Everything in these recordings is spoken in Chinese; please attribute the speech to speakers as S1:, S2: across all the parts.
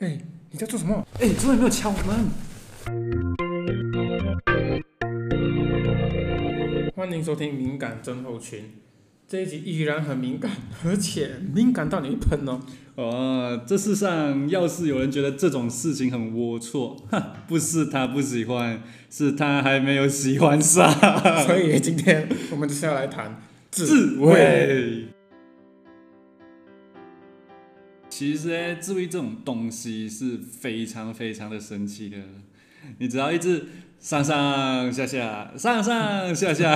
S1: 哎、你在做什么？哎、你怎么没有敲门？欢迎收听《敏感症候群》，这一集依然很敏感， 而且敏感到你会喷哦。
S2: 哦，这世上要是有人觉得这种事情很龌龊， 哼，不是他不喜欢，是他还没有喜欢 上。
S1: 所以今天我们就是要来谈
S2: 自
S1: 慰。
S2: 慰。其实欸，自慰这种东西是非常非常的神奇的，你只要一直上上下下、上上下下，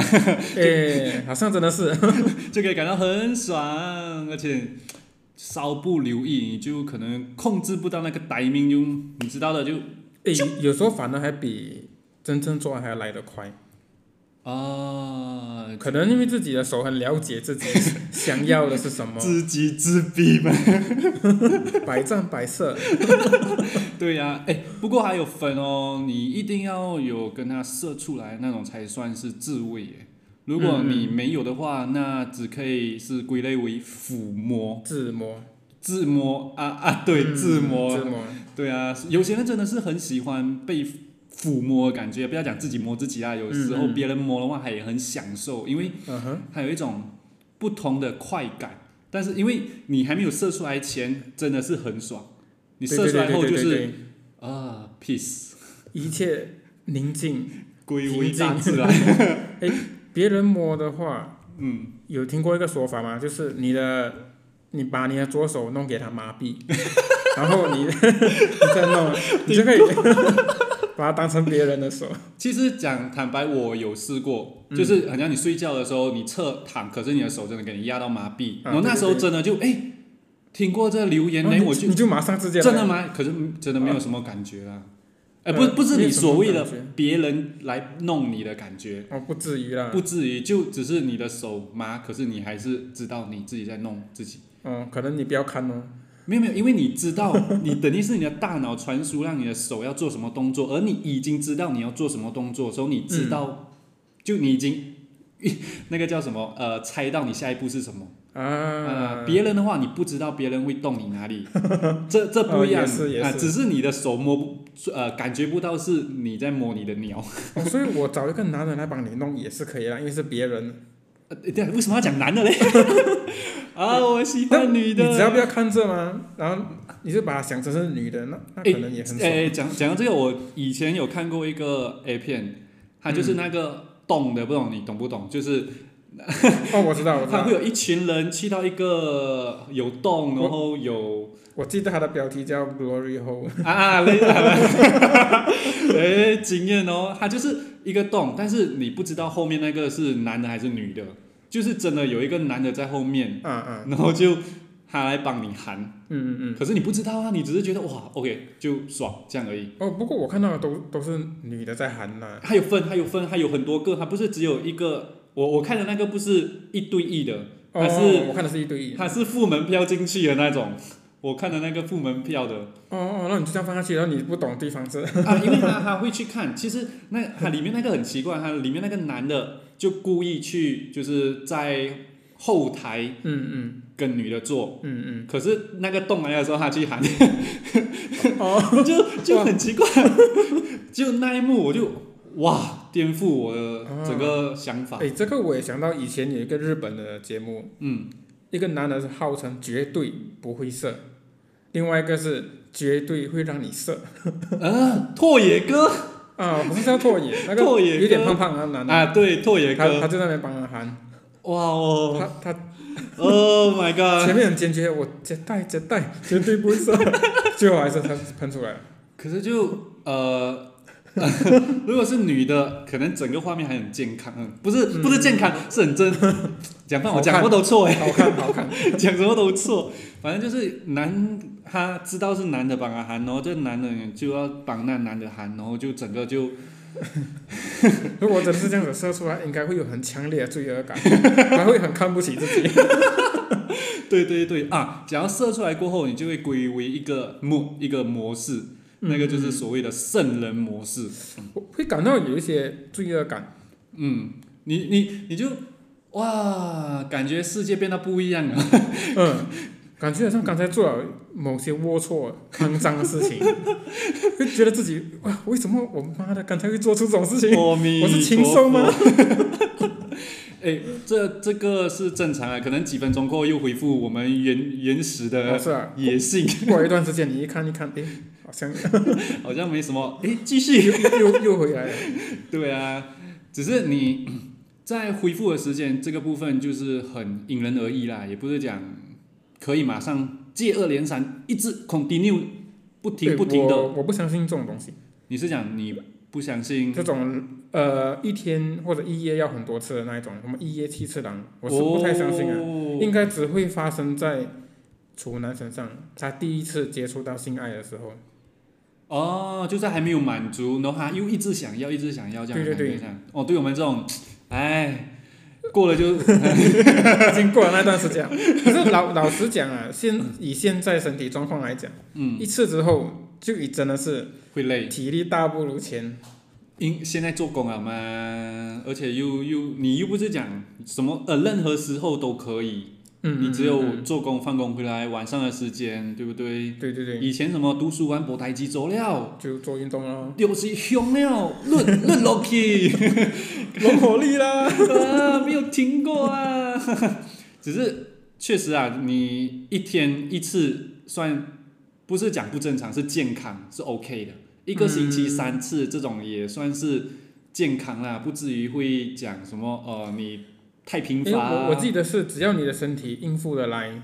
S1: 哎、好像真的是，
S2: 就可以感到很爽，而且稍不留意，你就可能控制不到那个 timing，就你知道的就
S1: 哎、有时候反而还比真正做爱还要来得快。
S2: 啊，
S1: 可能因为自己的手很了解自己 想要的是什么，
S2: 知己知彼嘛。
S1: 百战百胜。
S2: 对呀、哎、不过还有分哦，你一定要有跟他射出来那种才算是自慰耶。如果你没有的话，那只可以是归类为抚摸、
S1: 自摸，
S2: 自摸啊啊，对，
S1: 嗯
S2: 自摸，
S1: 自摸，
S2: 对啊，有些人真的是很喜欢被抚摸的感觉，不要讲自己摸自己啊，有时候
S1: 嗯嗯
S2: 别人摸的话，他也很享受，因为
S1: 嗯哼，
S2: 还有一种不同的快感。但是因为你还没有射出来前，真的是很爽，你射出来后
S1: 对对
S2: 就
S1: 对
S2: 是
S1: 对对对
S2: 啊，peace，
S1: 一切宁静。
S2: 归
S1: 平
S2: 为大
S1: 静
S2: 自 然。
S1: 别人摸的话，
S2: 嗯，
S1: 有听过一个说法吗？就是你的，你把你的左手弄给他麻 痹，然后你 你再弄，你就可以 把它当成别人的手。
S2: 其实讲坦白，我有试过，
S1: 嗯
S2: 就是好像你睡觉的时候，你侧躺，可是你的手真的给你压到麻痹，
S1: 啊
S2: 然后那时候
S1: 对对对
S2: 真的就哎，听过这留言
S1: 然
S2: 呢，
S1: 后
S2: 我
S1: 哦你
S2: 就
S1: 你就马上直接来
S2: 真的吗？可是嗯真的没有什么感觉啦。哎，不
S1: 呃
S2: 不是
S1: 没
S2: 你
S1: 有什么
S2: 所谓
S1: 感觉
S2: 的别人来弄你的感觉，
S1: 哦，不至于啦。
S2: 不至于，就只是你的手麻，可是你还是知道你自己在弄自己。
S1: 哦，可能你不要看哦。
S2: 没有没有，因为你知道，你等于是你的大脑传输让你的手要做什么动作，而你已经知道你要做什么动作的时候，你知道，
S1: 嗯
S2: 就你已经 那个叫什么呃，猜到你下一步是什么。
S1: 啊
S2: 呃，，别人的话你不知道别人会动你 哪里，这这不一样
S1: 哦也是也是
S2: 啊、只是你的手摸不呃感觉不到是你在摸你的鸟。
S1: 哦所以我找一个男人来帮你弄也是可以啦，因为是别人。
S2: 呃对，为什么要讲男的嘞？ 啊，我喜
S1: 那
S2: 欢女的。
S1: 你只要不要看这嘛，然后你就把它想成是女的，那那可能也很爽。
S2: 诶，哎讲讲到这个，我以前有看过一个 A 片，它就是那个动的，不懂你懂不懂？就是
S1: 哦，我知道，我知
S2: 它
S1: 道
S2: 会，有一群人去到一个有洞，然后有
S1: 我记得它的标题叫 Glory Hole。
S2: 啊 啊，累了啦。哎，经验哦，它就是一个洞，但是你不知道后面那个是男的还是女的，就是真的有一个男的在后面，
S1: 啊啊，
S2: 然后就他来帮你喊，
S1: 嗯嗯嗯。
S2: 可是你不知道啊，你只是觉得哇，OK 就爽这样而已。
S1: 哦，不过我看到的都都是女的在喊呐、
S2: 它有分，它有分，它有很多个，它不是只有一个。我我看的那个不是一对一的，
S1: 哦，
S2: 还是
S1: 我看的是一对一。
S2: 它是付门票进去的那种。我看的那个付门票的，
S1: 哦哦，那你就这样放下去，然后你不懂对方是
S2: 啊，因为他他会去看，其实那他里面那个很奇怪，他里面那个男的就故意去就是在后台
S1: 嗯嗯
S2: 跟女的做，
S1: 嗯
S2: 可是那个动来的时候他去喊，
S1: 嗯。 哦，
S2: 就就很奇怪，就那一幕我就哇颠覆我的整个想法，
S1: 哎，这个我也想到以前有一个日本的节目，
S2: 嗯，
S1: 一个男的是号称绝对不会射，另外一个是绝对会让你射。
S2: 啊，拓野哥
S1: 啊，不是叫拓野，那个
S2: 拓野哥
S1: 有点胖胖的男的，
S2: 啊，对拓野
S1: 他他
S2: 哥，
S1: 就在那边帮他喊，
S2: 哇哦
S1: 他他
S2: ，Oh my god！
S1: 前面很坚决，我接待接待，绝对不会 射，最后还是他喷出来了。
S2: 可是就呃， 如果是女的，可能整个画面还很健康，嗯，不是不是健康，是 很真。讲饭我讲什么都错哎，
S1: 好看好 看，
S2: 讲什么都错，反正就是男，他知道是男的帮他喊，然后这男的就要帮那男的喊，然后就整个就
S1: 如果真的是这样子射出来，应该会有很强烈的罪恶 感，还会很看不起自己。
S2: 对对对啊，只要射出来过后，你就会归为一个模一个模式，
S1: 嗯
S2: 那个就是所谓的圣人模式。
S1: 我嗯会感到有一些罪恶感。
S2: 嗯，你你你就哇，感觉世界变得不一样了。
S1: 嗯，感觉好像刚才做了某些龌龊、肮脏的事情， 会觉得自己哇，为什么我妈的刚才会做出这种事情？
S2: 我
S1: 我是禽兽吗？
S2: 哎，这这个是正常啊，可能几分钟过后又恢复我们原原始
S1: 哦
S2: 的
S1: 是啊，
S2: 野性，
S1: 过了一段时间，你一看一看，诶，好像
S2: 好像没什么。哎，继续。
S1: 又又又又回来了。
S2: 对啊，只是你在恢复的时间这个部分就是很因人而异啦，也不是讲可以马上接二连三一直 continue 不停
S1: 对
S2: 不停的。
S1: 我我不相信这种东西，
S2: 你是讲你不相信？
S1: 这种呃一天或者一夜要很多次的那一种，什么一夜七次郎，我是不太相信啊。
S2: 哦
S1: 应该只会发生在处男身上，他第一次接触到性爱的时候。
S2: 哦，就是还没有满足，然后他又一直想要，一直想要这样
S1: 对
S2: 的感
S1: 对
S2: 觉
S1: 对
S2: 这样。哦，对我们这种，哎，过了就
S1: 已经过了那段时间了。可是老 老实讲啊，现以现在身体状况来讲，
S2: 嗯
S1: 一次之后就已真的是
S2: 会累，
S1: 体力大不如前。
S2: 因现在做工了嘛，而且又又你又不是讲什么呃，任何时候都可以，
S1: 嗯，
S2: 你只有
S1: 嗯
S2: 做工放工回来晚上的时间，对不对？
S1: 嗯对对对，
S2: 以前什么读书完博台机走了，
S1: 就做运动 咯，
S2: 又是凶了，论论 lucky
S1: 龙火力啦。
S2: 啊，没有停 过啊。只是确实啊，你一天一次算不是讲不正常，是健康是 OK 的。一个星期三次这种也算是健康啦，不至于会讲什么呃你太频
S1: 因
S2: 繁
S1: 为哎我
S2: 啊。
S1: 我记得是，只要你的身体应付得来，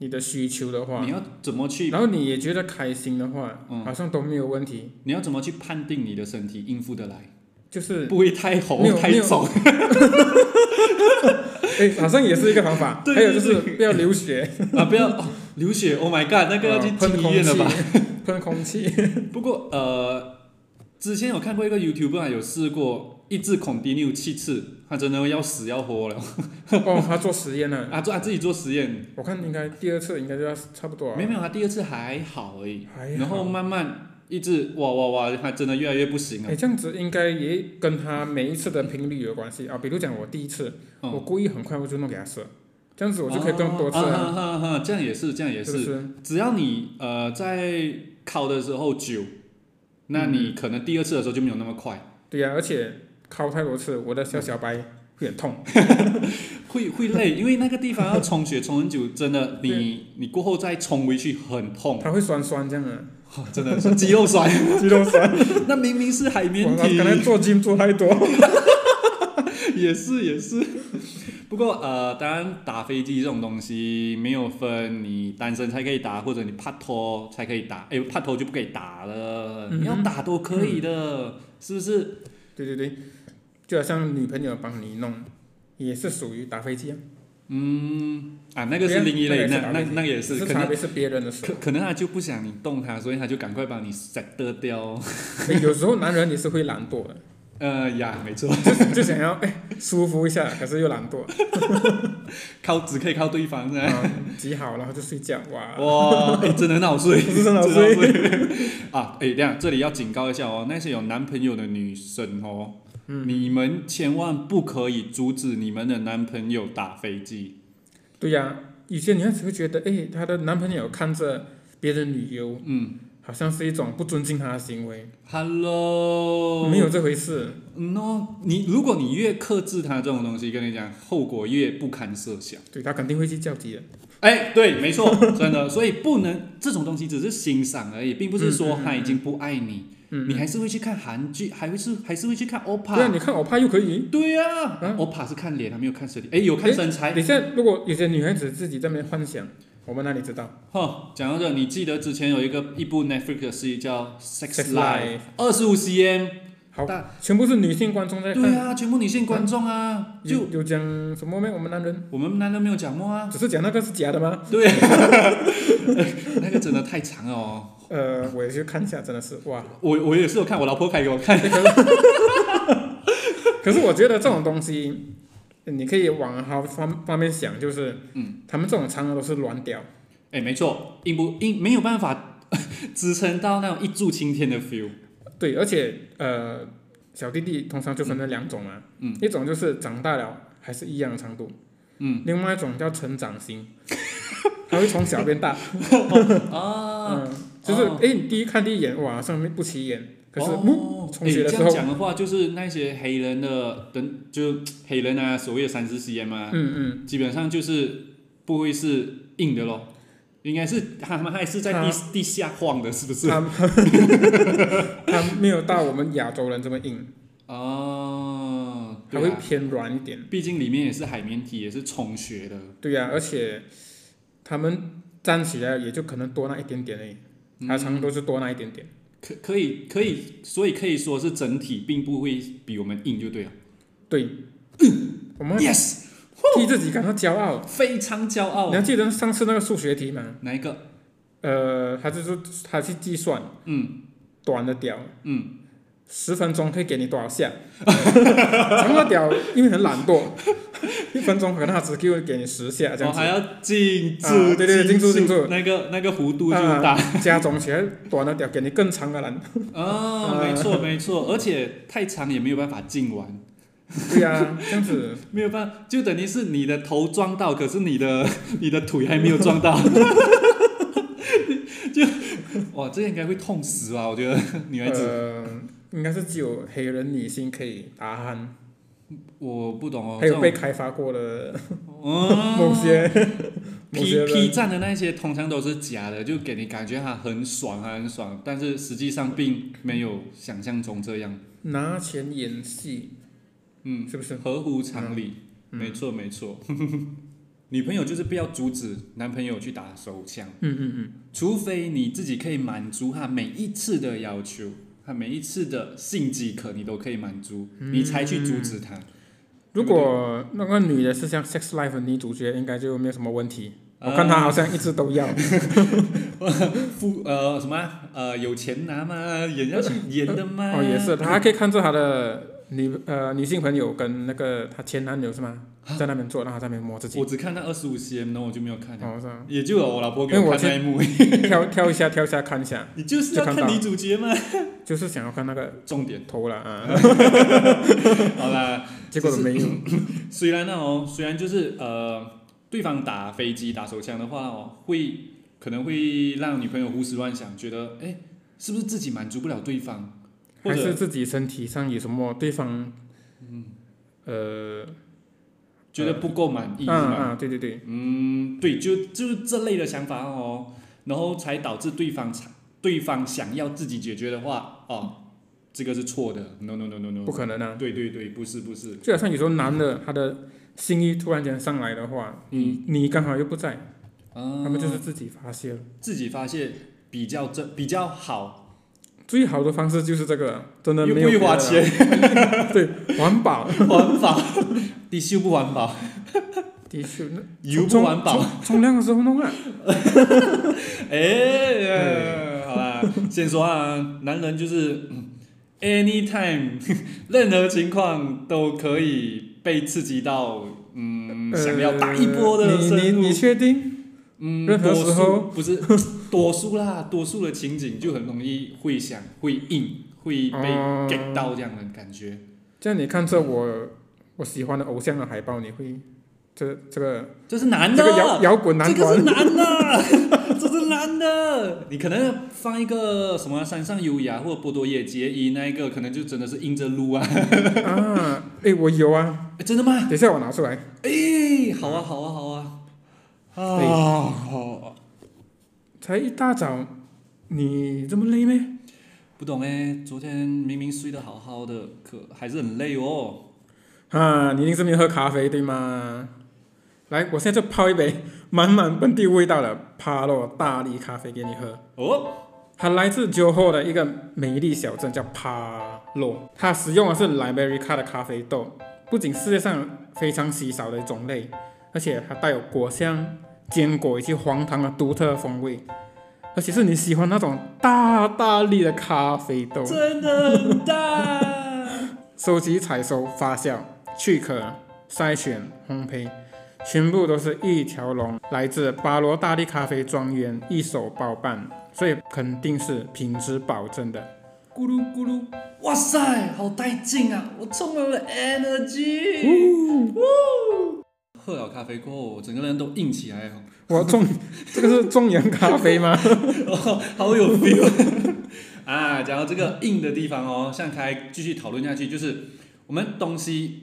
S1: 你的需求的话
S2: 你，要怎么去
S1: 然后你也觉得开心的话，
S2: 嗯
S1: 好像都没有问题。
S2: 你要怎么去判定你的身体应付得来？
S1: 就是，
S2: 不会太
S1: 没
S2: 红
S1: 有
S2: 太肿，
S1: 哎，好像也是一个方法。
S2: 对
S1: 还有就
S2: 对
S1: 是不要流血，
S2: 啊！不要、哦流血，Oh my god，那个要去
S1: 啊
S2: 进
S1: 喷
S2: 医
S1: 空
S2: 院
S1: 气
S2: 了吧？，
S1: 喷空气。
S2: 不过呃，之前有看过一个 YouTube 啊，有试过一次 continue 七次，他真的要死要活了
S1: 哦，他做实验了。
S2: 啊！做他自己做实验，
S1: 我看应该第二次应该就要差不多啊哎了。
S2: 没有没有，他第二次还好而已，
S1: 还好
S2: 然后慢慢一直哇哇哇，他真的越来越不行
S1: 哎，
S2: 了。
S1: 这样子应该也跟他每一次的频率有关系啊。比如讲，我第一次，我
S2: 嗯，
S1: 故意很快我就弄给他射，这样子我就可以更多次
S2: 啊
S1: 了，
S2: 哈哈哈这样也是，这哦样也
S1: 是不是？
S2: 只要你呃在考的时候久，那你可能第二次的时候就没有那么快，
S1: 对啊呀、而且敲太多次，我的小小白会很痛。
S2: 会会累，因为那个地方要充血充很久，真的你你过后再冲回去很痛，
S1: 它会酸酸这样 啊，
S2: 哇真的是肌肉酸，
S1: 肌肉酸。
S2: 那明明是海绵
S1: 我
S2: 体
S1: 刚，才做 gym 做太多。
S2: 也是也是。不过呃，当然打飞机这种东西没有分你单身才可以打，或者你怕拖才可以打，哎，怕拖就不可以打了，
S1: 嗯
S2: 你要打都可以的，是不是？
S1: 对对对，就好像女朋友帮你弄，也是属于打飞机啊。
S2: 嗯啊，那个是另一类，
S1: 对啊
S2: 那那
S1: 那个是打飞机
S2: 那个也
S1: 只
S2: 是，
S1: 是
S2: 可
S1: 差
S2: 能
S1: 别是别人的手。
S2: 可可能他就不想你动他，所以他就赶快把你 set 掉。
S1: 哎有时候男人也是会懒惰的，
S2: 呃呀，没错，
S1: 就就想要哎舒服一下，可是又懒 惰。
S2: 靠只可以靠对方是吧？
S1: 啊，挤好然后就睡觉，哇，
S2: 哇，哎真的很好睡，
S1: 不是很好
S2: 真
S1: 睡
S2: 的好睡 啊！哎，这样这里要警告一下哦，那些有男朋友的女生哦，你们千万不可以阻止你们的男朋友打飞机。
S1: 对呀、有些女孩子会觉得，哎，她的男朋友看着别人旅游，
S2: 嗯
S1: 好像是一种不尊敬她的行为，
S2: ，Hello，
S1: 没有这回事。
S2: no，你如果你越克制他这种东西，跟你讲后果越不堪设想。
S1: 对她肯定会去叫急的。
S2: 哎，对，没错，真的，所以不能这种东西只是欣赏而已，并不是说他已经不爱你，
S1: 嗯，
S2: 你还是会去看韩剧，还会是还是会去看
S1: 对啊，
S2: OPPO。
S1: 你看我怕又可以。
S2: 对呀、
S1: 嗯
S2: o p p o 是看脸，还没有看身体。哎，有看身材。
S1: 等一下，如果有些女孩子自己在那边幻想，我们哪里知道？
S2: 哼，讲到这，你记得之前有一个一部 Netflix 的戏叫《Sex
S1: Sex
S2: Life
S1: Life》，
S2: 二十五 cm。
S1: 好哎
S2: 大，
S1: 全部是女性观众在
S2: 对
S1: 看，
S2: 啊，全部女性观众啊，就
S1: 有有讲什么没？我们男人
S2: 我们男人没有讲过啊。
S1: 只是讲那个是假的 吗？
S2: 对， 那个真的太长了哦。
S1: 呃，我也去看一下，真的是哇。
S2: 我我也是有看，我老婆开给我看。
S1: 可是我觉得这种东西，你可以往好方方面想，就是，嗯，他们这种嫦娥都是软屌，
S2: 哎，没错，硬不硬没有办法 支撑到那种一柱擎天的 feel。
S1: 对，而且呃，小弟弟通常就分成两种嘛，嗯，一种 就是长大了还是一样的长度，嗯，另外一种叫成长型，它会从小变大，
S2: 啊，
S1: 嗯，就是
S2: 哦
S1: 哎，你第一看第一眼哇，上面不起眼，可是
S2: 哦
S1: 嗯，
S2: 诶
S1: 充血的
S2: 这
S1: 时
S2: 样
S1: 候，
S2: 讲的话，就是那些黑人的等，就黑人啊，所谓的三十 cm 啊，
S1: 嗯嗯，
S2: 基本上就是不会是硬的咯，应该是他们还是在地、地下晃的，是不是？
S1: 它它没有到我们亚洲人这么硬，
S2: 哦，
S1: 它
S2: 对
S1: 会
S2: 啊，
S1: 偏软一点。
S2: 毕竟里面也是海绵体，也是充血的，
S1: 对呀、而且他们站起来也就可能多那一点点而已，
S2: 嗯
S1: 他常常都是多那一点点。
S2: 可可以可以，所以可以说是整体并不会比我们硬，就对了。
S1: 对，我们
S2: 嗯 Yes，哦
S1: 替自己感到骄傲。
S2: 非常骄傲
S1: 你。还记得上次那个数学题吗？
S2: 哪一个？
S1: 呃，他就是他去计算，
S2: 嗯，
S1: 短的屌，
S2: 嗯，
S1: 十分钟可以给你多少下？长的屌因为很懒惰， 一分钟可能他只给我给你十下啊这样
S2: 我、哦、
S1: 子
S2: 还，要进驻、
S1: 啊对对对进驻啊进驻
S2: 那个那个弧度就大。
S1: 加总起来短的屌给你更长的懒。
S2: 哦，没
S1: 呃
S2: 错没错，而且太长也没有办法进完，
S1: 对呀、这样子
S2: 没有办法，就等于是你的头撞到，可是你的 你的腿还没有撞到， 就哇，这应该会痛死啊吧？我觉得 女孩子，
S1: 呃，应该是只有黑人女性可以打鼾，
S2: 我不懂哦，
S1: 还有
S2: 这种
S1: 被开发过的
S2: 哦
S1: 某 些、某
S2: P
S1: 些
S2: P
S1: 人，
S2: 站的那些通常都是假的，就给你感觉它很爽啊，很爽，但是实际上并没有想象中这样，
S1: 拿钱演戏，
S2: 嗯，
S1: 是不是？
S2: 合乎常理，
S1: 嗯
S2: 没错没错。 女朋友就是不要阻止男朋友去打手枪，
S1: 嗯嗯嗯，
S2: 除非你自己可以满足他每一次的要求，他每一次的性饥渴你都可以满足，
S1: 嗯
S2: 你才去阻止他。
S1: 如果那个女的是像《Sex Life》的女主角，应该就没有什么问题。
S2: 啊
S1: 我看她好像一直都 要，
S2: 富呃什么啊呃有钱拿嘛，演要去演的嘛。
S1: 哦，也是，她还可以看着她的女呃女性朋友跟那个她前男友是吗，
S2: 啊
S1: 在那边做，然后在那边 摸自己
S2: 我，只看那二十五 cm，然后我就没有看了，
S1: 哦是吗？
S2: 也就有我老婆给看那一幕。
S1: 跳跳一下，跳一下看一下，
S2: 你就是要
S1: 就看
S2: 看
S1: 到
S2: 女主角嘛。
S1: 就是想要看那个
S2: 重点，
S1: 头了啊，
S2: 好啦，
S1: 结果都没有。
S2: 虽然呢哦，虽然就是呃，对方打飞机、打手枪的话哦，会可能会让女朋友胡思乱想，觉得哎，是不是自己满足不了对方，或
S1: 还是
S2: 者
S1: 自己身体上有什么对方，嗯，
S2: 觉得不够满意
S1: 呃，
S2: 是
S1: 啊
S2: 吗？
S1: 啊，对对对，
S2: 嗯，对，就就是这类的想法哦，然后才导致对方对方想要自己解决的话哦，这个是错的，no no no no no，
S1: 不可能啊！
S2: 对对对，不是不是，
S1: 就好像有时候男的他的性欲突然间上来的话，你你刚好又不在，
S2: 嗯，
S1: 他们就是自己发泄了。
S2: 自己发泄比较正比较好，
S1: 最好的方式就是这个，真的
S2: 又
S1: 没
S2: 不
S1: 有
S2: 会花
S1: 别的
S2: 钱，
S1: 了， 对，环保
S2: 环保， 你修不环保，
S1: 的确，那
S2: 油不
S1: 冲
S2: 环保，
S1: 冲冲凉的时候弄啊，
S2: 哎、好啦，先说啊，男人就是嗯 anytime 任何情况都可以被刺激到，嗯，
S1: 呃
S2: 想要打一波的
S1: 你呃你
S2: 深入
S1: 你，确定？
S2: 嗯，
S1: 任何
S2: 多数
S1: 时候
S2: 不是多数啦，多数的情景就很容易会想会硬会被
S1: 哦
S2: get 到这样的感觉。
S1: 这样你看着我我喜欢的偶像的海报，你会这这个
S2: 这是男
S1: 这
S2: 的，
S1: 个摇摇滚男
S2: 这个
S1: 团
S2: 是男 的，这是男的。你可能放一个什么山上优雅或波多野结衣那一个，可能就真的是硬着陆啊。
S1: 啊，哎，我有啊，
S2: 诶真的吗？
S1: 等一下我拿出来。
S2: 哎，好啊，好啊，好啊。
S1: 对
S2: 啊，好，
S1: 才一大早，你这么累咩？
S2: 不懂哎，昨天明明睡得好好的，可还是很累哦。
S1: 啊，你一定是没有喝咖啡对吗？来，我现在就泡一杯 满满本地味道的帕洛大力咖啡给你喝。
S2: 哦，
S1: 它来自 Johor 的一个美丽小镇叫帕洛，它使用的是 Liberica 的咖啡豆，不仅世界上非常稀少的种类，而且它带有果香、坚果以及黄糖的独特风味，而且是你喜欢那种大大力的咖啡豆。
S2: 真的很大。
S1: 收集、采收、发酵、去壳、筛选、烘焙，全部都是一条龙，来自巴罗大地咖啡庄园一手包办，所以肯定是品质保证的。
S2: 咕噜咕噜，哇塞，好带劲啊！我充满了 energy。喝了咖啡过后，我整个人都硬起来了。
S1: 我种 这个是种洋咖啡吗？
S2: 哦， 好有 feel 啊！讲到这个硬的地方哦，像开继续讨论下去，就是我们东西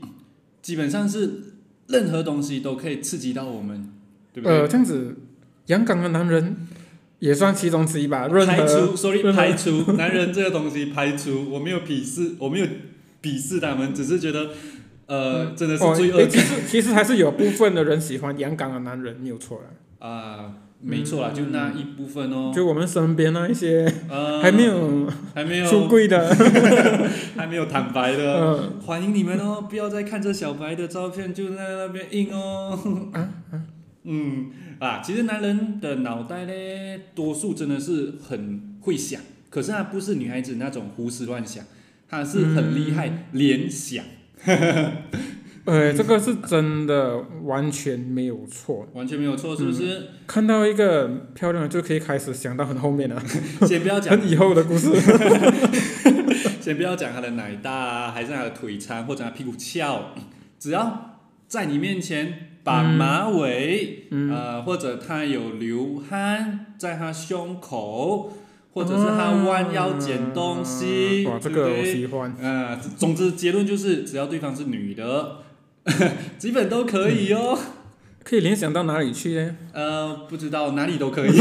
S2: 基本上是任何东西都可以刺激到我们， 对不对？
S1: 呃，这样子，阳刚的男人也算其中之一吧。任
S2: 排
S1: 何
S2: 除，sorry，
S1: 任何
S2: 排除男人这个东西，排除，我没有鄙视，我没有鄙视他们，只是觉得，呃，真的是
S1: 哦
S2: 罪
S1: 诶
S2: 恶
S1: 其实其实还是有部分的人喜欢阳刚的男人，没有错啦。
S2: 啊、没错啦，就那一部分哦，
S1: 嗯就我们身边那一些
S2: 呃，
S1: 还没有
S2: 还没
S1: 出
S2: 有，
S1: 柜的，
S2: 还没有坦白 的，
S1: 嗯，
S2: 欢迎你们哦！不要再看这小白的照片，就在那边硬哦。嗯啊，其实男人的脑袋嘞，多数真的是很会想，可是他不是女孩子那种胡思乱想，他是很厉害联想，嗯
S1: 呃，这个是真的完全没有错。
S2: 完全没有错，是不是？
S1: 看到一个漂亮的就可以开始想到很后面了，
S2: 先不要讲，
S1: 很以后的故事。
S2: 先不要讲他的奶大啊，还是他的腿长或者他屁股翘，只要在你面前绑马尾，
S1: 嗯
S2: 呃，或者他有流汗在他胸口，或者是他弯腰捡东西，
S1: 嗯哇，这
S2: 对不
S1: 个我
S2: 对
S1: 喜欢。
S2: 呃，总之结论就是，只要对方是女的，基本都可以哦。
S1: 可以联想到哪里去 呢？
S2: 呃，不知道哪里都可以，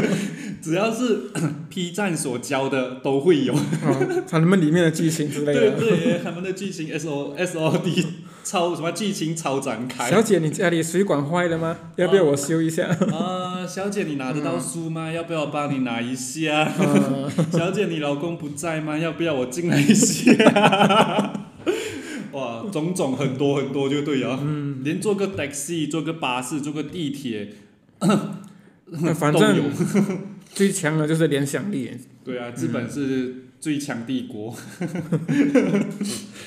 S2: 只要是 P 站所教的都会有。
S1: 哦，他们里面的剧情之类
S2: 对啊
S1: 的。
S2: 对耶，他们的剧情 S O S O D 超什么剧情超展开
S1: 小姐，你家里水管坏了
S2: 哦
S1: 吗？要不要我修一下？
S2: 啊、小姐，你拿得到书吗？要不要我帮你拿一下？
S1: 嗯
S2: 小姐，你老公不在吗？要不要我进来一下？ 哇，种种很多很多就对了，嗯，连坐个 taxi、坐个巴士、坐个地铁，
S1: 那 反
S2: 都有
S1: 正 最强的就是联想力，
S2: 对啊，资本是最强帝国，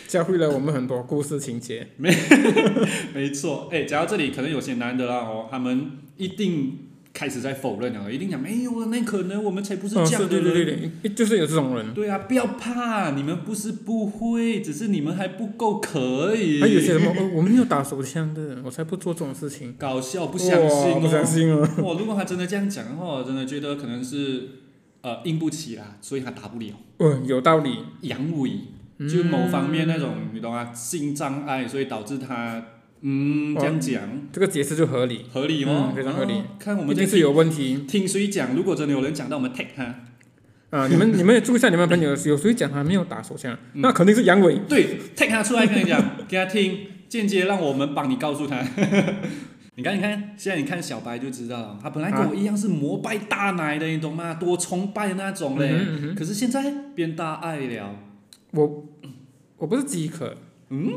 S1: 教会了我们很多故事情节。
S2: 没错。哎，讲到这里，可能有些男的啦哦，他们一定开始在否认了，一定讲没有啊，那可能我们才不是
S1: 哦，
S2: 这样
S1: 是，对
S2: 的人。啊
S1: 对对对，就是有这种人。
S2: 对啊，不要怕，你们不是不会，只是你们还不够可以。
S1: 还有些什么，哦我没有打手枪的，我才不做这种事情。
S2: 搞笑，不相信
S1: 哇不相
S2: 哦。
S1: 信哦。
S2: 哇，如果他真的这样讲的话，我真的觉得可能是呃硬不起啦，所以他打不了。
S1: 嗯，有道理。
S2: 阳
S1: 嗯
S2: 痿，就某方面那种，你懂啊吗？性障碍，所以导致他嗯
S1: 哦
S2: 这样讲
S1: 这个解释就合理，
S2: 合理吗？
S1: 嗯非常合理
S2: 哦看我
S1: 一
S2: 们这
S1: 定是有问题
S2: 听谁讲，如果真的有人讲到我们 tag 他，
S1: 啊！你们你们也注意一下，你们朋友有谁讲他没有打手 枪，
S2: 嗯
S1: 那肯定是阳痿。
S2: 对 tag 他出来跟你讲， 给他听，间接让我们帮你告诉他。 你看，你看，现在你看小白就知道了，他本来跟我一样是膜拜大奶的，你懂吗？多崇拜的那种嘞。
S1: 嗯哼嗯哼
S2: 可是现在变大爱了，
S1: 我我不是饥渴，
S2: 嗯，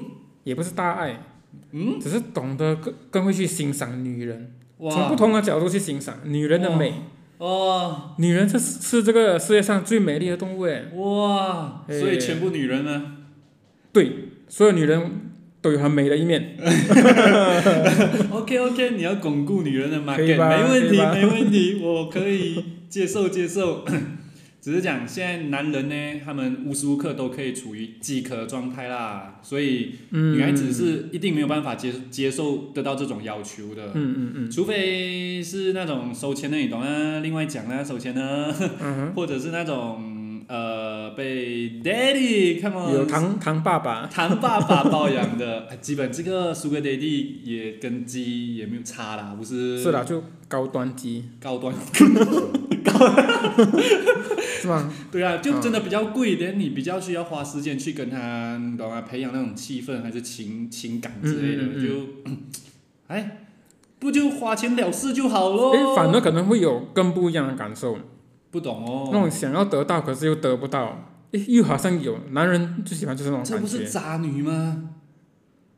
S1: 也不是大爱，
S2: 嗯，
S1: 只是懂得更更会去欣赏女人，从不
S2: 哇，
S1: 同的角度去欣赏女人的美。
S2: 哦，
S1: 女人是是这个世界上最美丽的动物哎，
S2: 哇，所以
S1: 嘿
S2: 全部女人呢？
S1: 对，所有女人都有很美的一面。
S2: OK OK，你要巩固女人的
S1: 可以
S2: market，
S1: 吧
S2: 没问
S1: 可以
S2: 题，
S1: 吧
S2: 没问题，我可以接受接受。 只是讲现在男人呢，他们无时无刻都可以处于饥渴的状态啦，所以
S1: 嗯，
S2: 女孩子是一定没有办法接接受得到这种要求的。
S1: 嗯嗯嗯
S2: 除非是那种收钱的，你懂啊？另外讲啦，收钱呢，
S1: 嗯
S2: 或者是那种呃被 daddy，come
S1: 嗯，
S2: on，
S1: 有唐唐爸爸，
S2: 唐爸爸包养的， 哎基本这个 Sugar Daddy 也跟鸡也没有差啦，不是？
S1: 是啦，就高端鸡
S2: 高端，
S1: 是吗？
S2: 对啊，
S1: 嗯
S2: 就真的比较贵一点，你比较需要花时间去跟他，你懂吗？培养那种气氛还是情情感之类的，
S1: 嗯嗯嗯嗯
S2: 就，哎，不就花钱了事就好咯。
S1: 哎，反而可能会有更不一样的感
S2: 哦
S1: 受，
S2: 不懂
S1: 那
S2: 哦，
S1: 种想要得到可是又得不到，哎，又好像有男人就喜欢就是那种
S2: 这
S1: 感
S2: 不是
S1: 觉。
S2: 渣 女吗？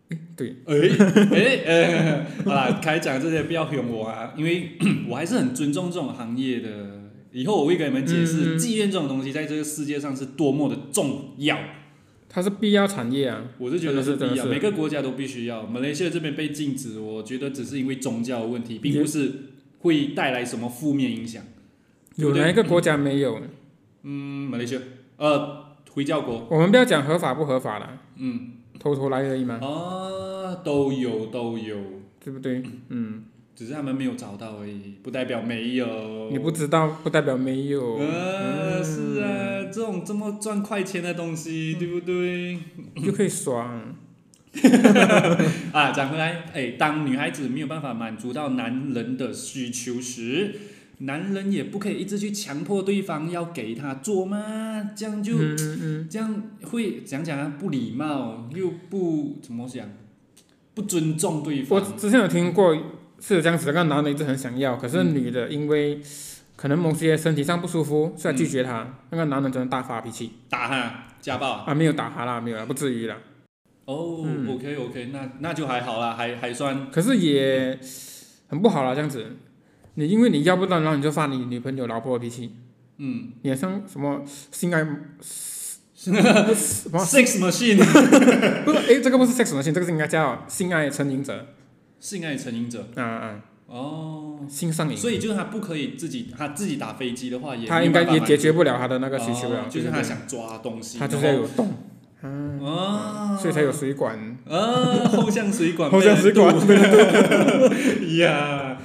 S1: 哎，对，
S2: 哎哎哎， 好啦，开讲这些不要凶我啊，因为 我还是很尊重这种行业的。以后我会给你们解释，
S1: 嗯
S2: 妓院这种东西在这个世界上是多么的重要。
S1: 它是必要产业啊。
S2: 我是觉得
S1: 真的是
S2: 必
S1: 真
S2: 要，
S1: 的是
S2: 每个国家都必须要。马来西亚这边被禁止，我觉得只是因为宗教的问
S1: 嗯
S2: 题，并不是会带来什么负面影响。
S1: 有
S2: 对不对
S1: 哪一个国家没有？
S2: 嗯，马来西亚，呃，回教国，
S1: 我们不要讲合法不合法啦，
S2: 嗯，
S1: 嗯偷偷来而已嘛，
S2: 啊，都有都有。
S1: 对不对？嗯，
S2: 只是他们没有找到而已，不代表没有。
S1: 你不知道不代表没有。
S2: 呃，是啊，
S1: 嗯
S2: 这种这么赚快钱的东西，对不对？
S1: 就可以爽。
S2: 啊，讲回来，哎，当女孩子没有办法满足到男人的需求时，男人也不可以一直去强迫对方要给他做嘛，这样就、
S1: 嗯嗯嗯，
S2: 这样会讲讲啊，不礼貌，又不怎么讲，不尊重对
S1: 我
S2: 方。
S1: 之前有听过是有这样子的，那个男的一直很想要，可是女的因为可能某些身体上不舒服，所
S2: 嗯
S1: 以拒绝他。那个男人真的大发脾气
S2: 打哈，家暴。
S1: 啊，没有打他啦，没有啦，不至于啦。
S2: 哦、o
S1: 嗯
S2: k OK，那那就还好啦，还还算
S1: 可是也很不好啦，这样子，你因为你要不到，然后你就发你女朋友、老婆的脾气，
S2: 嗯
S1: 你好像什么性爱，什么
S2: ，sex machine
S1: 不是？诶，这个不是 sex 的性，这个是应该叫性爱成瘾者
S2: 性爱成瘾者
S1: 啊啊，
S2: 哦。
S1: 性上瘾，
S2: 所以就是他不可以自己，他自己打飞机的话也
S1: 他
S2: 没有
S1: 应该
S2: 办法
S1: 也
S2: 满
S1: 解
S2: 足
S1: 决不了他的那个需求
S2: 哦
S1: 了，
S2: 就是
S1: 对
S2: 他
S1: 不对
S2: 想抓东西，
S1: 他就是要
S2: 然后
S1: 有动，嗯
S2: 啊，
S1: 所以才有水管。
S2: 啊 后向水管，
S1: 后像水管
S2: 呀，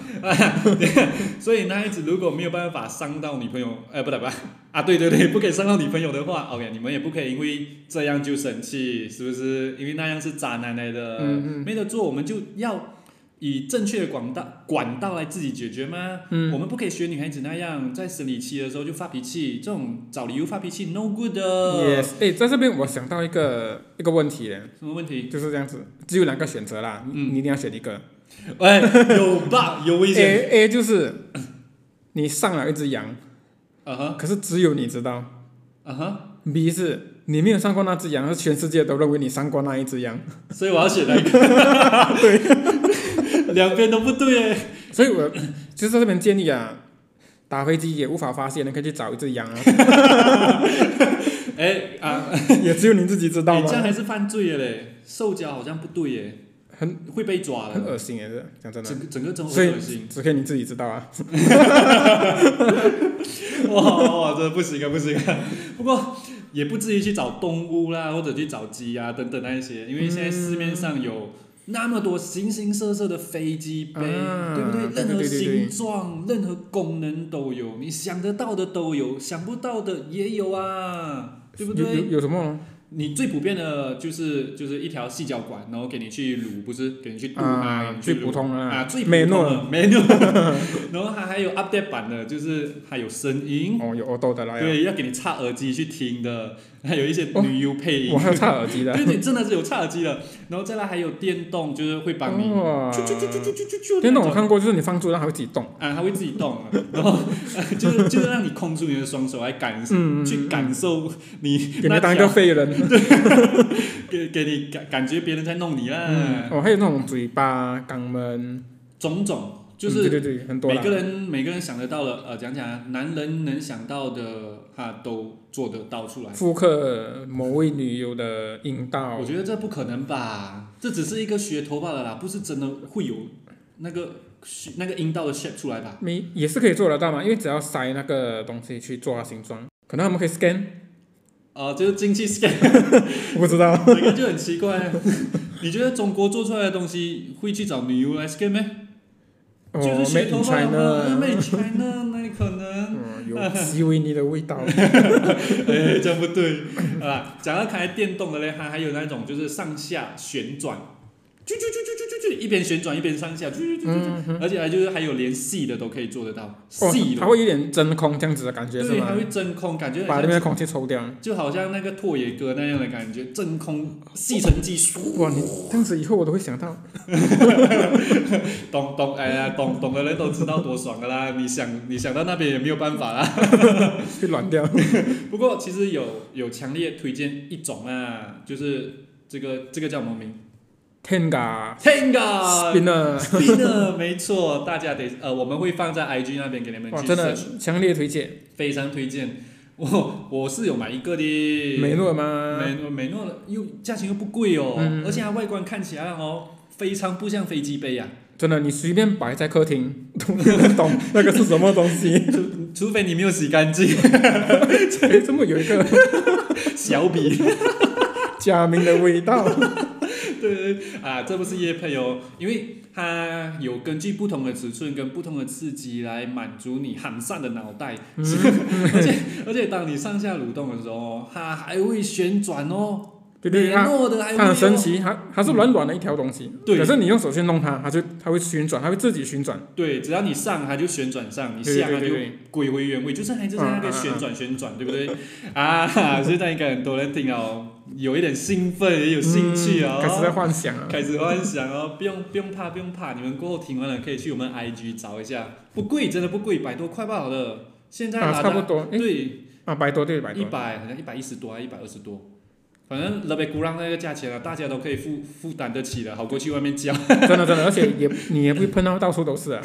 S2: 所以那一子如果没有办法伤到女朋友，哎，不对不对啊，对对对，不可以伤到女朋友的话，OK，你们也不可以因为这样就生气，是不是？因为那样是渣男来的，
S1: 嗯
S2: 没得做，我们就要以正确的管道管道来自己解决吗？
S1: 嗯
S2: 我们不可以学女孩子那样，在生理期的时候就发脾气，这种找理由发脾气，no good 的。
S1: Yes，哎，在这边我想到一个一个问题了，
S2: 什么问题？
S1: 就是这样子，只有两个选择啦，你
S2: 嗯
S1: 你一定要选一个。
S2: 哎，有 bug 有危
S1: A
S2: 险。
S1: A 就是你上了一只羊，
S2: 啊哈
S1: 可是只有你知道。
S2: 啊哈，
S1: B 是你没有上过那只羊，是全世界都认为你上过那一只羊。
S2: 所以我要选 哪一个？对，两边都不对耶。
S1: 所以我就是在这边建议啊，打飞机也无法发现，你可以去找一只羊啊，
S2: 哎啊，
S1: 也只有你自己知道
S2: 你这样
S1: 吗？
S2: 还是犯罪的嘞，受教好像不对耶，
S1: 很
S2: 会被抓
S1: 很
S2: 的。
S1: 恶心也是，讲真的
S2: 整，个整个中国
S1: 所以
S2: 恶心，
S1: 只可以你自己知道啊。
S2: 哇哇，真的不行啊，不行啊！不过也不至于去找动物啦，或者去找鸡啊等等那一些，因为现在市面上有那么多形形色色的飞机杯，
S1: 啊
S2: 对不对？
S1: 对
S2: 任何
S1: 对对对对
S2: 形状、任何功能都有，你想得到的都有，想不到的也有啊，对不
S1: 有有
S2: 对？
S1: 有什么？
S2: 你最普遍的就是就是一条细脚管，然后给你去撸，不是给你去渡它，给
S1: 啊
S2: 你，去
S1: 最
S2: 撸
S1: 普通的
S2: 啊，
S1: 啦
S2: 最
S1: 美诺
S2: 诺没诺， 然后它还有 update 版的，就是它有声音，
S1: 哦，有 auto 的啦，有
S2: 对，要给你插耳机去听的，还有一些
S1: 哦
S2: 女优配音，
S1: 我还有插耳机 的。
S2: 对对，真的是有插耳机的。然后再来还有电动，就是会帮你，
S1: 哇
S2: 啾啾啾啾啾啾啾啾
S1: 哦电动
S2: 那
S1: 我
S2: 种
S1: 看过，就是你放住，它会自己动。
S2: 啊，它会自己动啊，然后 就是就是让你空出你的双手来感受，
S1: 嗯，嗯
S2: 去感受你
S1: 给
S2: 那
S1: 你当一个
S2: 条
S1: 废人。
S2: 给给你感感觉别人在弄你啦，
S1: 嗯，哦，还有那种嘴巴、肛门，
S2: 种种就
S1: 嗯对
S2: 是
S1: 对对，很多
S2: 每
S1: 啦
S2: 个。人每个人想得到的，呃，讲讲啊男人能想到的，他都做得到出来。
S1: 复刻某位女友的阴道
S2: 我，觉得这不可能吧，这只是一个噱头罢了啦，不是真的会有那个那个阴道的 shape 出来吧？
S1: 没也是可以做得到嘛，因为只要塞那个东西去做它形状，可能他们可以 scan，
S2: 呃，就是经济 scan，
S1: 我不知道。
S2: 这个就很奇 怪。你觉得中国做出来的东西会去找女优来 scan 吗？
S1: 哦
S2: 就是噱
S1: ，Made
S2: 头
S1: in
S2: 罢了
S1: China，
S2: ，Made in China，哪里可能？
S1: 嗯，有西维尼的味 道。
S2: 哎， 这样不对啊！讲到刚才电动的嘞，它还有那种就是上下旋转，啾啾啾啾啾啾啾，一边旋转一边上下，啾啾啾啾
S1: 嗯，
S2: 啾，而且还就是还有连细的都可以做得到，
S1: 哦
S2: 细，的
S1: 它，会有点真空这样子的感觉是
S2: 对，
S1: 吗
S2: 还？会真空，感觉
S1: 把
S2: 很
S1: 那边
S2: 像
S1: 的空气抽掉。
S2: 就好像那个拓野哥那样的感觉，真空细成技术，
S1: 哇，你这样子以后我都会想到。
S2: 懂懂哎呀，懂懂的人都知道多爽的啦！你想 你想到那边也没有办法啦。
S1: 被软掉。
S2: 不过其实有有强烈推荐一种啊，就是这个这个叫什么名
S1: Tenga
S2: ？Tenga
S1: Spinner，
S2: 是的，没错，大家得呃，我们会放在 IG 那边给你们
S1: 哇，
S2: 去
S1: 真的
S2: search，
S1: 强烈推荐，
S2: 非常推荐。我我是有买一个的，
S1: 美诺吗？
S2: 美诺美诺的又价钱又不贵哦，
S1: 嗯
S2: 而且它外观看起来哦，非常不像飞机杯啊呀、
S1: 真的，你随便摆在客厅都 没有人懂那个是什么东西。
S2: 除除非你没有洗干净，
S1: 哎，这么有一个
S2: 小笔
S1: 假名的味道。
S2: 对对啊，这不是叶配哦，因为它有根据不同的尺寸跟不同的刺激来满足你寒散的脑袋，
S1: 嗯
S2: 而且而且当你上下蠕动的时候，它还会旋转哦，
S1: 对对，
S2: 联
S1: 它
S2: 络的还
S1: 它很
S2: 会
S1: 神
S2: 哦，
S1: 奇，它它是软软的一条东西，
S2: 对
S1: 可是你用手去弄它，它就它会旋转，它会自己旋转，
S2: 对，只要你上它就旋转上，你
S1: 对对
S2: 下
S1: 对
S2: 它
S1: 对
S2: 就
S1: 对，嗯
S2: 归回原位，就是还就是在那边旋转旋转，对不对？啊， 所以那应该很多人听哦，有一点兴奋，也有兴趣哦。
S1: 嗯开始在幻想啊，
S2: 开始幻想哦，不用不用怕不用怕，你们过后听完了可以去我们 IG 找一下，不贵，真的不贵，百多块罢了。现在
S1: 啊，
S2: 拿
S1: 差不
S2: 到
S1: 多，诶，
S2: 对
S1: 啊，百多对百
S2: 一
S1: 多，
S2: 百好像一百一十多还一百二十多，反正勒贝古浪那个价钱啊，大家都可以负负担得起的，好过去外面交，
S1: 真的真的，而且也你也不会碰到到处都 是啊，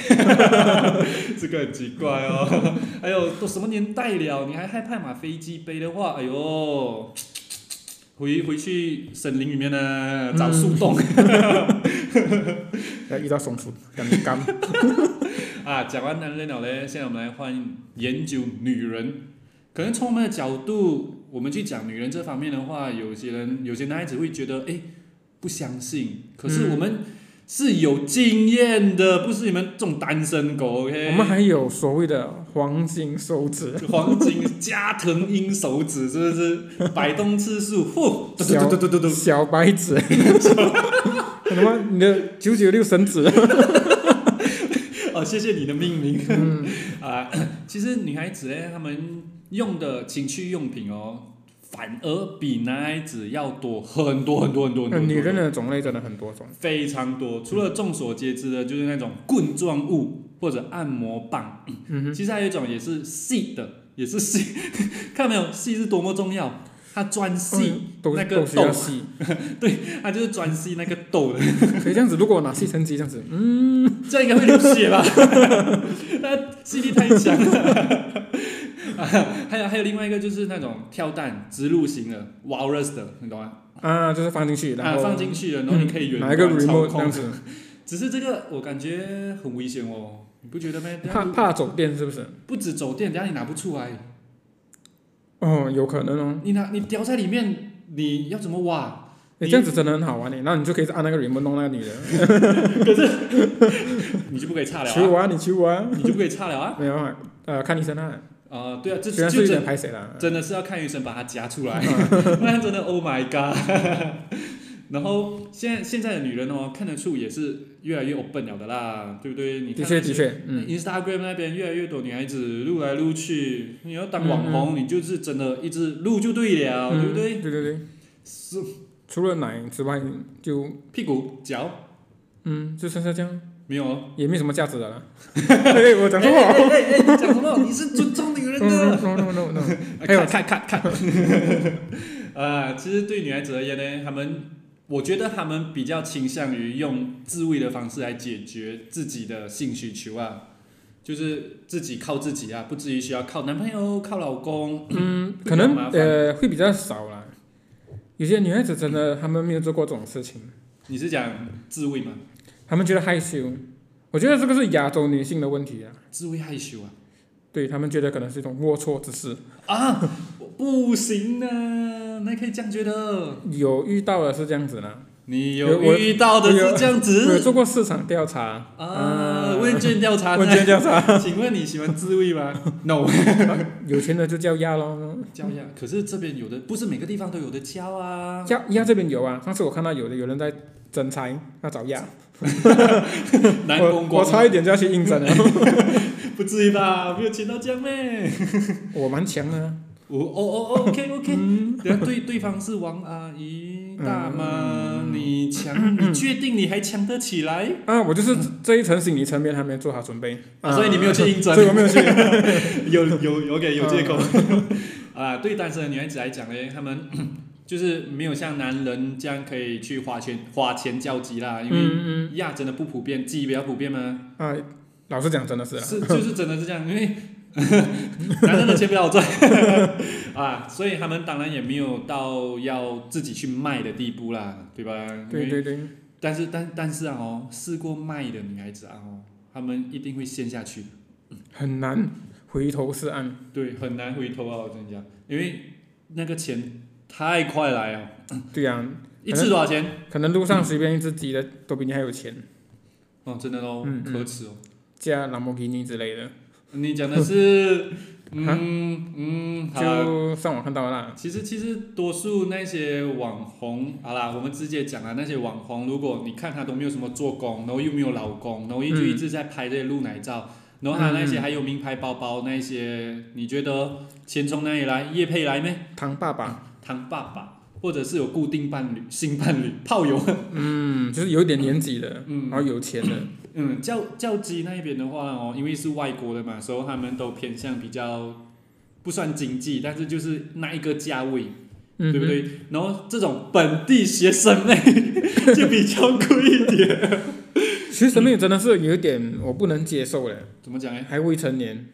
S2: 这个很奇怪哦。 哎呦，都什么年代了，你还害怕买飞机杯的话，哎呦。回回去森林里面呢，找树洞、
S1: 嗯要遇到呃松鼠，很干，
S2: 啊，讲完男人了嘞，现在我们来换研究女人。可能从我们的角度，我们去讲女人这方面的话，有些人有些男孩子会觉得，哎，不相信。可是
S1: 嗯
S2: 我们是有经验的，不是你们这种单身狗，OK？
S1: 我们还有所谓的黄金手指，
S2: 黄金加藤鹰手指是不是？摆动次数，呼，嘟嘟嘟嘟嘟嘟嘟，
S1: 小白指，什么你的九九六神 指，
S2: 哦，谢谢你的命名。
S1: 嗯，
S2: 啊， 其实女孩子呢，她们用的情趣用品哦，反而比男孩子要多很多很多很多很多。
S1: 嗯女人的种类真的很多种，
S2: 非常多，除了众所皆知的，就是那种棍状物或者按摩棒，
S1: 嗯
S2: 其实还有一种也是细的，也是细， 看到没有，细是多么重要。它钻
S1: 哼，
S2: 细，
S1: 嗯都
S2: 那个啊
S1: 都需要
S2: 豆
S1: 细，嗯
S2: 它就是钻细那个豆的，
S1: 可以这样子，如果我拿吸尘机这样子，嗯，
S2: 这样应该会流血吧？ 它吸力太强了。啊，还有还有另外一个就是那种跳蛋植入型的 walrus 的，你懂吗？
S1: 啊，就是放进去，然
S2: 啊，
S1: 后嗯
S2: 放进去了，然后你可以远
S1: 拿一个
S2: 端操
S1: remote 这样
S2: 控。
S1: 子，
S2: 只是这个我感觉很危险哦，你不觉得吗？等下
S1: 怕怕走电是不是？
S2: 不止走电，等下你拿不出来，
S1: 哦，有可能哦，
S2: 你拿你叼在里面，你要怎么挖？
S1: 你
S2: 你
S1: 这样子真的很好玩诶，然后你就可以按那个 remote 弄那个女人，
S2: 你就不可以差了、
S1: 求
S2: 啊，
S1: 我啊，你求我啊，
S2: 你就不可以差了啊！
S1: 没有啊，呃，看医生啊，
S2: 啊、对啊，这
S1: 虽然
S2: 就是
S1: 有
S2: 真
S1: 点拍谁啦，
S2: 真的是要看医生把它夹 出来，不然真的 Oh my God。然后现在现在的女人哦，看得出也是越来越 open 了的啦，对不对？你
S1: 的
S2: 看
S1: 确
S2: 那
S1: 的
S2: 些
S1: 确，嗯，
S2: Instagram 那边越来越多女孩子撸来撸去，你要
S1: 嗯
S2: 当网红，你就是真的一直撸就对了，对不对？
S1: 嗯对对对，
S2: 是
S1: 除了奶之外，就
S2: 屁股脚
S1: 嗯，就剩下这样，
S2: 没有哦。
S1: 也没什么价值的 啦。嘿我讲错嗯话。
S2: 哎哎哎，你讲什么？你是尊重女人的。
S1: no no no no，还 有
S2: 看看哎看看， 啊，其实对女孩子而言呢，她们，我觉得她们比较倾向于用自慰的方式来解决自己的性需求啊，就是自己靠自己啊，不至于需要靠男朋友、靠老公。
S1: 嗯，
S2: 比较
S1: 可能
S2: 麻烦
S1: 呃会比较少啦。有些女孩子真的，她们没有做过这种事情，
S2: 你是讲自慰吗？
S1: 她们觉得害羞。我觉得这个是亚洲女性的问题啊，
S2: 自慰害羞啊？
S1: 对她们觉得可能是一种龌龊之事。
S2: 啊，我不行啊，那可以这样觉得。
S1: 有遇到的是这样子呢，
S2: 你
S1: 有
S2: 有
S1: 我
S2: 遇到的
S1: 我有
S2: 是这样
S1: 我有
S2: 子
S1: 做过市场调查
S2: 啊？问卷调查呢，
S1: 问卷调查，
S2: 请问你喜欢自慰吗？No。
S1: 有钱的就叫鸭咯，
S2: 教呀，可是这边有的不是每个地方都有的 教啊。
S1: 叫鸭这边有啊，上次我看到有的有人在征才，要找鸭，
S2: 南
S1: 我
S2: 宫
S1: 我
S2: 光
S1: 差一点就要去应征了，啊
S2: 不至于吧？没有钱到这样咩？
S1: 我蛮强的啊。
S2: 我哦哦哦，OK OK，等下对对方是王阿姨大妈，
S1: 嗯
S2: 你强，你确定你还强得起来？
S1: 啊，我就是这一层心理层面还没做好准备，
S2: 啊所以你没有去应征
S1: 所以我没有去。
S2: 有有 OK 有借口 啊？对单身的女孩子来讲呢，她们 就是没有像男人这样可以去花钱花钱交际啦，因为
S1: 嗯嗯
S2: 亚真的不普遍，记忆比较普遍吗？
S1: 啊，老实讲，真的是啊，
S2: 是就是真的是这样，因为 男人的钱比较赚啊，所以他们当然也没有到要自己去卖的地步啦，对吧？
S1: 对
S2: 因
S1: 对
S2: 为。
S1: 对，
S2: 但是但但是啊哦，试过卖的女孩子啊哦，她们一定会陷下去，
S1: 很难回头是岸。
S2: 对，很难回头啊！我跟你讲，因为那个钱太快来哦，
S1: 对呀、
S2: 一次多少钱？
S1: 可能路上随便一只鸡的都比你还有钱，
S2: 哦，真的哦，
S1: 嗯嗯
S2: 可耻哦。
S1: 加兰博基尼之类的，
S2: 你 讲的是，嗯嗯，好啦
S1: 就上网看到啦。
S2: 其实其实多数那些网红，好啦，我们直接讲啊，那些网红，如果你看他都没有什么做工，然后又没有老公，然后一就
S1: 嗯
S2: 一直在拍这些露奶照，然后他那些
S1: 嗯
S2: 还有名牌包包那些，你觉得钱从哪里来？叶配来没？
S1: 唐爸爸，
S2: 堂爸爸，或者是有固定伴侣、新伴侣、炮友？
S1: 嗯，就是有一点年纪的，
S2: 嗯
S1: 然后有钱的，
S2: 嗯，教教基那边的话哦，因为是外国的嘛，所以他们都偏向比较不算经济，但是就是那一个价位，
S1: 嗯，
S2: 对不？对？然后这种本地学生妹就比较贵一点。
S1: 其实生命真的是有一点我不能接受的，
S2: 怎么讲呢？
S1: 还未成年，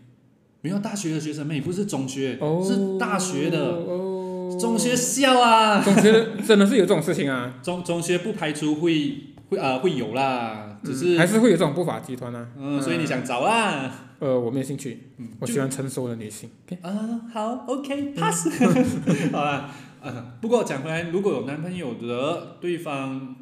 S2: 没有大学的学生妹，不是中学，
S1: 哦，
S2: 是大学的。
S1: 哦，
S2: 中学笑啊，
S1: 中学的真的是有这种事情啊，
S2: 中中学不排除会会啊、会有啦，只
S1: 嗯
S2: 是
S1: 还是会有这种不法集团啊。
S2: 嗯，所以你想找啦
S1: 呃，我没有兴趣，
S2: 嗯
S1: 我喜欢成熟的女性。OK，
S2: 啊，好，OK pass，好 啦。啊，不过讲回来，如果有男朋友的，对方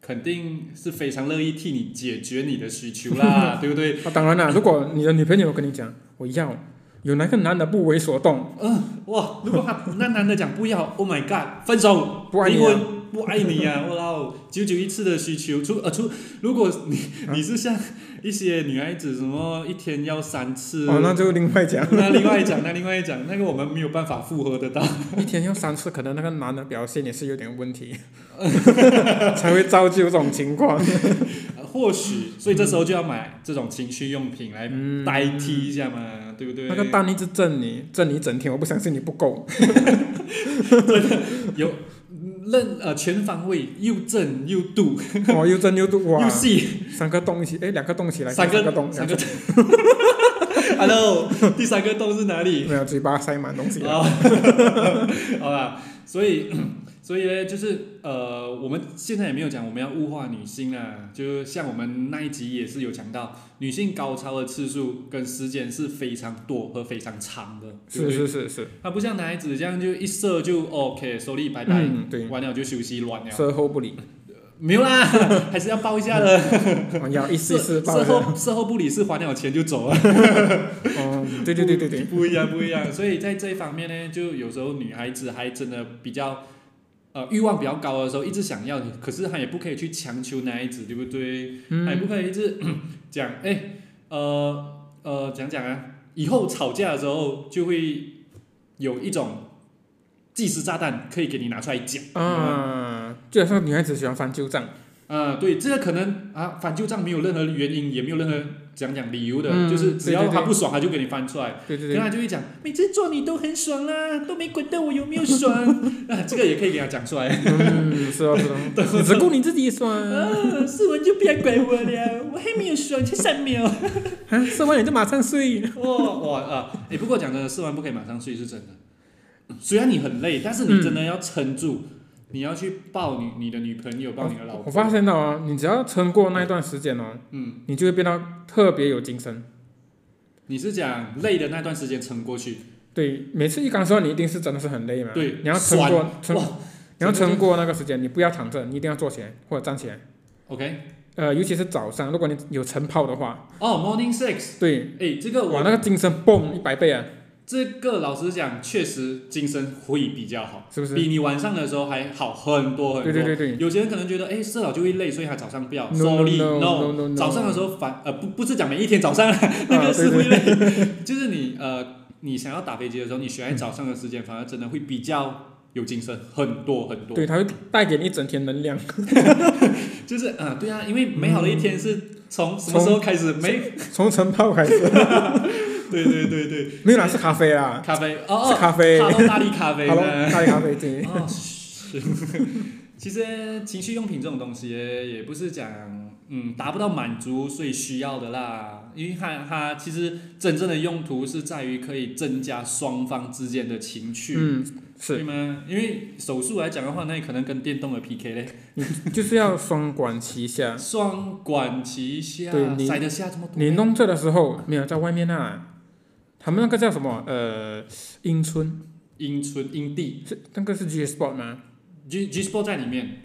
S2: 肯定是非常乐意替你解决你的需求 啦，对不对？
S1: 啊，当然啦，如果你的女朋友跟你讲我要，有哪个男的不为所动，
S2: 嗯，哇！如果他那男的讲不要，Oh my God，分手，
S1: 不爱你
S2: 离
S1: 啊
S2: 婚，不爱你啊！我操，久久一次的需求，除呃除，如果你
S1: 啊
S2: 你是像一些女孩子什么一天要三次，
S1: 哦，那就另外讲，
S2: 那另外讲，那另外讲，那个我们没有办法复合得到。
S1: 一天要三次，可能那个男的表现也是有点问 题，才会造就这种情况。
S2: 呃或许，所以这时候就要买这种情趣用品来
S1: 嗯，
S2: 代替一下嘛，对不对？
S1: 那个蛋一直震你，震你一整天，我不相信你不 够。
S2: 有任呃全方位，又正又度
S1: 哦，又震又嘟，哇
S2: 又，细，
S1: 三个洞一起，哎，两个洞起来，
S2: 三
S1: 个
S2: 个
S1: 洞，
S2: 三
S1: 两
S2: 个。Hello，第三个洞是哪里？
S1: 没有嘴巴塞满东西了。
S2: 啊， 好吧，所以 所以呢，就是呃，我们现在也没有讲我们要物化女性啦，就像我们那一集也是有讲到，女性高潮的次数跟时间是非常多和非常长的，对不
S1: 是
S2: 对？
S1: 是是是，
S2: 它不像男孩子这样就一射就 OK，手里拜嗯拜，
S1: 嗯，对，
S2: 完了就休息乱了，
S1: 售后不理，
S2: 没有啦， 还是要抱一 下的，
S1: 哦要一次一次
S2: 事
S1: 抱
S2: 嗯事
S1: 着。
S2: 后事后不理是还了钱就走了。
S1: 哦，对对对对对，
S2: 不一样，不一样。所以在这一方面呢，就有时候女孩子还真的比较，呃，欲望比较高的时候，一直想要，可是她也不可以去强求男孩子，对不对？
S1: 嗯
S2: 她也不可以一直讲，哎、呃呃，讲讲啊，以后吵架的时候就会有一种计时炸弹可以给你拿出来讲。
S1: 啊，就好像女孩子喜欢翻旧账。
S2: 啊、对，这个可能啊，翻旧账没有任何原因，也没有任何讲讲理由的，
S1: 嗯
S2: 就是只要
S1: 对对对
S2: 他不爽，他就给你翻出来。
S1: 对对
S2: 跟
S1: 对，
S2: 他就会讲，每次做你都很爽啦、都没管到我有没有 爽。啊，这个也可以给他讲出 来。
S1: 嗯，是哦是 哦，你只顾你自己爽啊，
S2: 啊，射完就不要管我了，我还没有爽，才三秒。
S1: 啊射完你就马上睡。
S2: 哦哇啊！哎、不过讲真的，射完不可以马上睡是真的。虽然你很累，但是你真的要撑住，你要去抱你你的女朋友，抱你的老
S1: 哦我
S2: 婆。
S1: 发现到啊，你只要撑过那段时间哦，
S2: 哦嗯，
S1: 你就会变到特别有精神。
S2: 你是讲累的那段时间撑过去，
S1: 对，每次一刚说你一定是真的是很累嘛，
S2: 对
S1: 你要撑过撑，
S2: 哇
S1: 你要撑过那个时间，你不要躺着，你一定要坐起来或者站起来。
S2: ，OK？
S1: 呃，尤其是早上，如果你有晨跑的话，
S2: 哦、m o r n i n g sex，
S1: 对，
S2: 哎、这个
S1: 哇，
S2: 我
S1: 那个精神蹦一百倍啊，
S2: 这个老实讲，确实精神会比较好。
S1: 是不是？
S2: 比你晚上的时候还好很多很多。
S1: 对对对对
S2: 有些人可能觉得，哎，射了就会累，所以他早上不要。
S1: No,
S2: Sorry,
S1: no, no, no, no.
S2: 早上的时候反呃不不是讲每一天早上，那个是
S1: 对
S2: 会累，就是你呃你想要打飞机的时候，你选在早上的时间，反而真的会比较有精神很多很多。
S1: 对，它会带给你一整天能量。
S2: 就是啊、呃对啊，因为美好的一天是从什么时候开
S1: 嗯
S2: 始？没，
S1: 从晨泡开始，
S2: 对对 对对，
S1: 没有啦，是咖啡啦，
S2: 咖啡
S1: 是
S2: 哦哦，
S1: 咖啡。
S2: 哈喽大力咖啡
S1: 好
S2: 呢
S1: 了，？咖啡咖啡对，
S2: 哦，是。 其实情绪用品这种东西也不是讲嗯达不到满足所以需要的啦，因为它它其实真正的用途是在于可以增加双方之间的情趣。
S1: 嗯，
S2: 对
S1: 是，
S2: 吗？因为手术来讲的话，那可能跟电动的 PK 嘞，
S1: 就是要双管齐下。
S2: 双管齐下
S1: 对，你
S2: 塞得下这么多
S1: 你。弄这的时候没有在外面啊，他们那个叫什么？呃，英村
S2: 阴唇阴蒂
S1: 是那个是 G Sport 吗？
S2: ，G G Sport 在里面，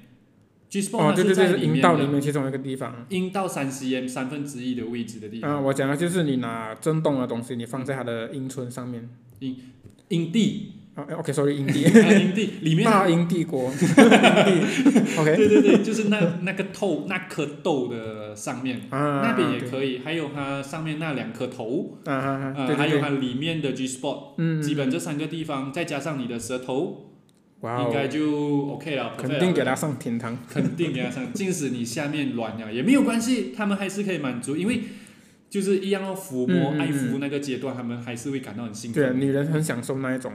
S2: G spot
S1: 哦，对对对，
S2: 在
S1: 是
S2: 里
S1: 阴
S2: 面
S1: 道
S2: 的
S1: 里面其中一个地方。
S2: 阴道三 cm 三分之一的位置的地
S1: 啊，
S2: 方，
S1: 我讲的就是你拿震动的东西，你放在它的阴唇上面。
S2: 阴蒂，
S1: 啊，OK，sorry，阴蒂，
S2: 啊阴蒂里面，
S1: 大英帝 国， 阴蒂，OK，
S2: 对对对，就是那那个透那颗豆的上面，
S1: 啊，
S2: 那边也
S1: 对
S2: 可以，还有它上面那两颗头，
S1: 啊啊啊，
S2: 呃，
S1: 对
S2: 还
S1: 对对，
S2: 有它里面的 G spot，
S1: 嗯，
S2: 基本这三个地方，再加上你的舌头，
S1: 哇
S2: 应该
S1: 哦，
S2: 就 OK 了，
S1: 肯定给
S2: 它。
S1: 他上天堂。
S2: 肯定给他上，即使你下面软了也没有关系，他们还是可以满足，因为就是一样哦，抚摸、
S1: 嗯嗯嗯
S2: 爱抚那个阶段，他们还是会感到很兴
S1: 对，
S2: 奋。
S1: 女人很享受那一种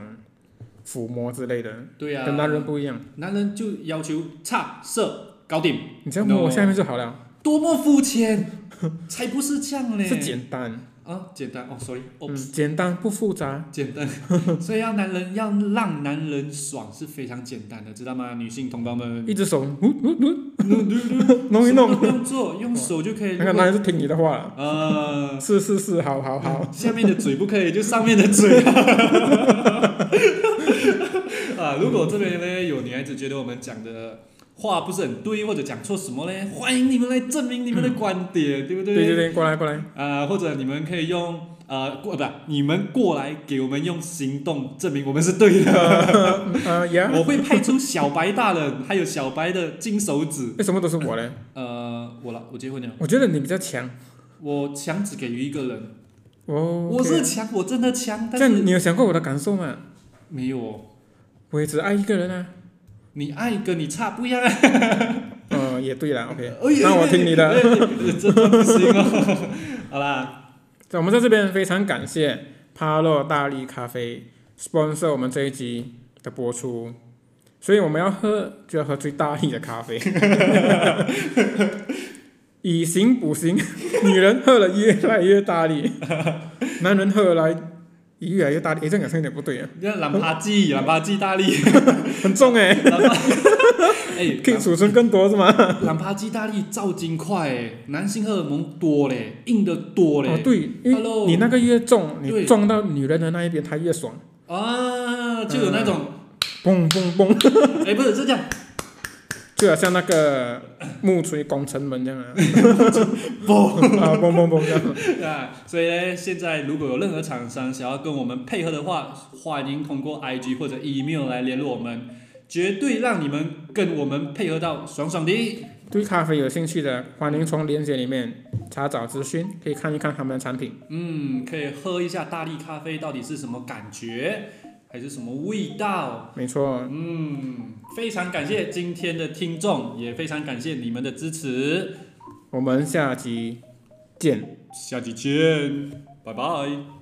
S1: 抚摸之类的，
S2: 对啊，
S1: 跟男人不一样。
S2: 男人就要求差射搞定，
S1: 你只要摸我
S2: No
S1: 下面就好了，
S2: 多么肤浅，才不是这样呢。
S1: 是简单，
S2: 啊，简单哦，sorry，哦
S1: 嗯，，简单不复杂。
S2: 简单， 所以要男人要让男人爽是非常简单的，知道吗？女性同胞们，
S1: 一只手，呜
S2: 嗯
S1: 呜呜， 弄一
S2: 什么都
S1: 弄
S2: 不，用做，用手就可以。
S1: 那个男人是听你的话了。
S2: 呃，
S1: 是是是，好好好，
S2: 下面的嘴不可以，就上面的嘴。 啊，如果这边呢有女孩子觉得我们讲的话不是很对，或者讲错什么呢，欢迎你们来证明你们的观点，对不对？
S1: 对对对，过来过来，
S2: 啊、或者你们可以用呃过不，你们过来给我们用行动证明我们是对的。
S1: 呃呀，
S2: 我会派出小白大人，还有小白的金手指。
S1: 为什么都是我嘞？
S2: 呃，我了，我结婚了，
S1: 我觉得你比较强。
S2: 我强只给予一个人，
S1: 哦，
S2: 我是强，我真的强，
S1: 这
S2: 但
S1: 样，
S2: 是
S1: 你有想过我的感受吗？
S2: 没有哦。
S1: 我也只爱一个人啊。
S2: 你爱跟你差不 一样啊！
S1: 呃，也对啦，OK，
S2: 哎呀
S1: 那我听你的。
S2: 哎哎这这不行哦。 好啦，
S1: 在我们在这边非常感谢帕洛大力咖啡 sponsor 我们这一集的播出，所以我们要喝就要喝最大力的咖啡。 以形补形，女人喝了越来越大力，男人喝来越来越大力，诶这样好像有点不对啊，
S2: 那兰帕基，兰帕基大力，
S1: 很重哎、
S2: 兰帕，哎，
S1: 可以储存更多是吗？
S2: 兰兰帕基大力造精快哎，男性荷尔蒙多嘞，硬的多
S1: 哦
S2: 嘞。
S1: 对，因为
S2: Hello
S1: 你那个越重，你
S2: 对
S1: 撞到女人的那一边，她越爽，
S2: 啊，就有那种，
S1: 嘣嘣嘣，
S2: 哎，不是是这样，
S1: 就好像那个木锤拱城门这样啊。
S2: 不
S1: 啊，嘣嘣嘣这样。
S2: 啊。所以呢，现在如果有任何厂商想要跟我们配合的话，欢迎通过 IG 或者 email 来联络我们，绝对让你们跟我们配合到爽爽的。
S1: 对咖啡有兴趣的，欢迎从链接里面查找资讯，可以看一看他们的产品。
S2: 嗯，可以喝一下大力咖啡到底是什么感觉，还是什么味道？
S1: 没错，
S2: 嗯，非常感谢今天的听众，也非常感谢你们的支持，
S1: 我们下集见。
S2: 下期见，拜拜。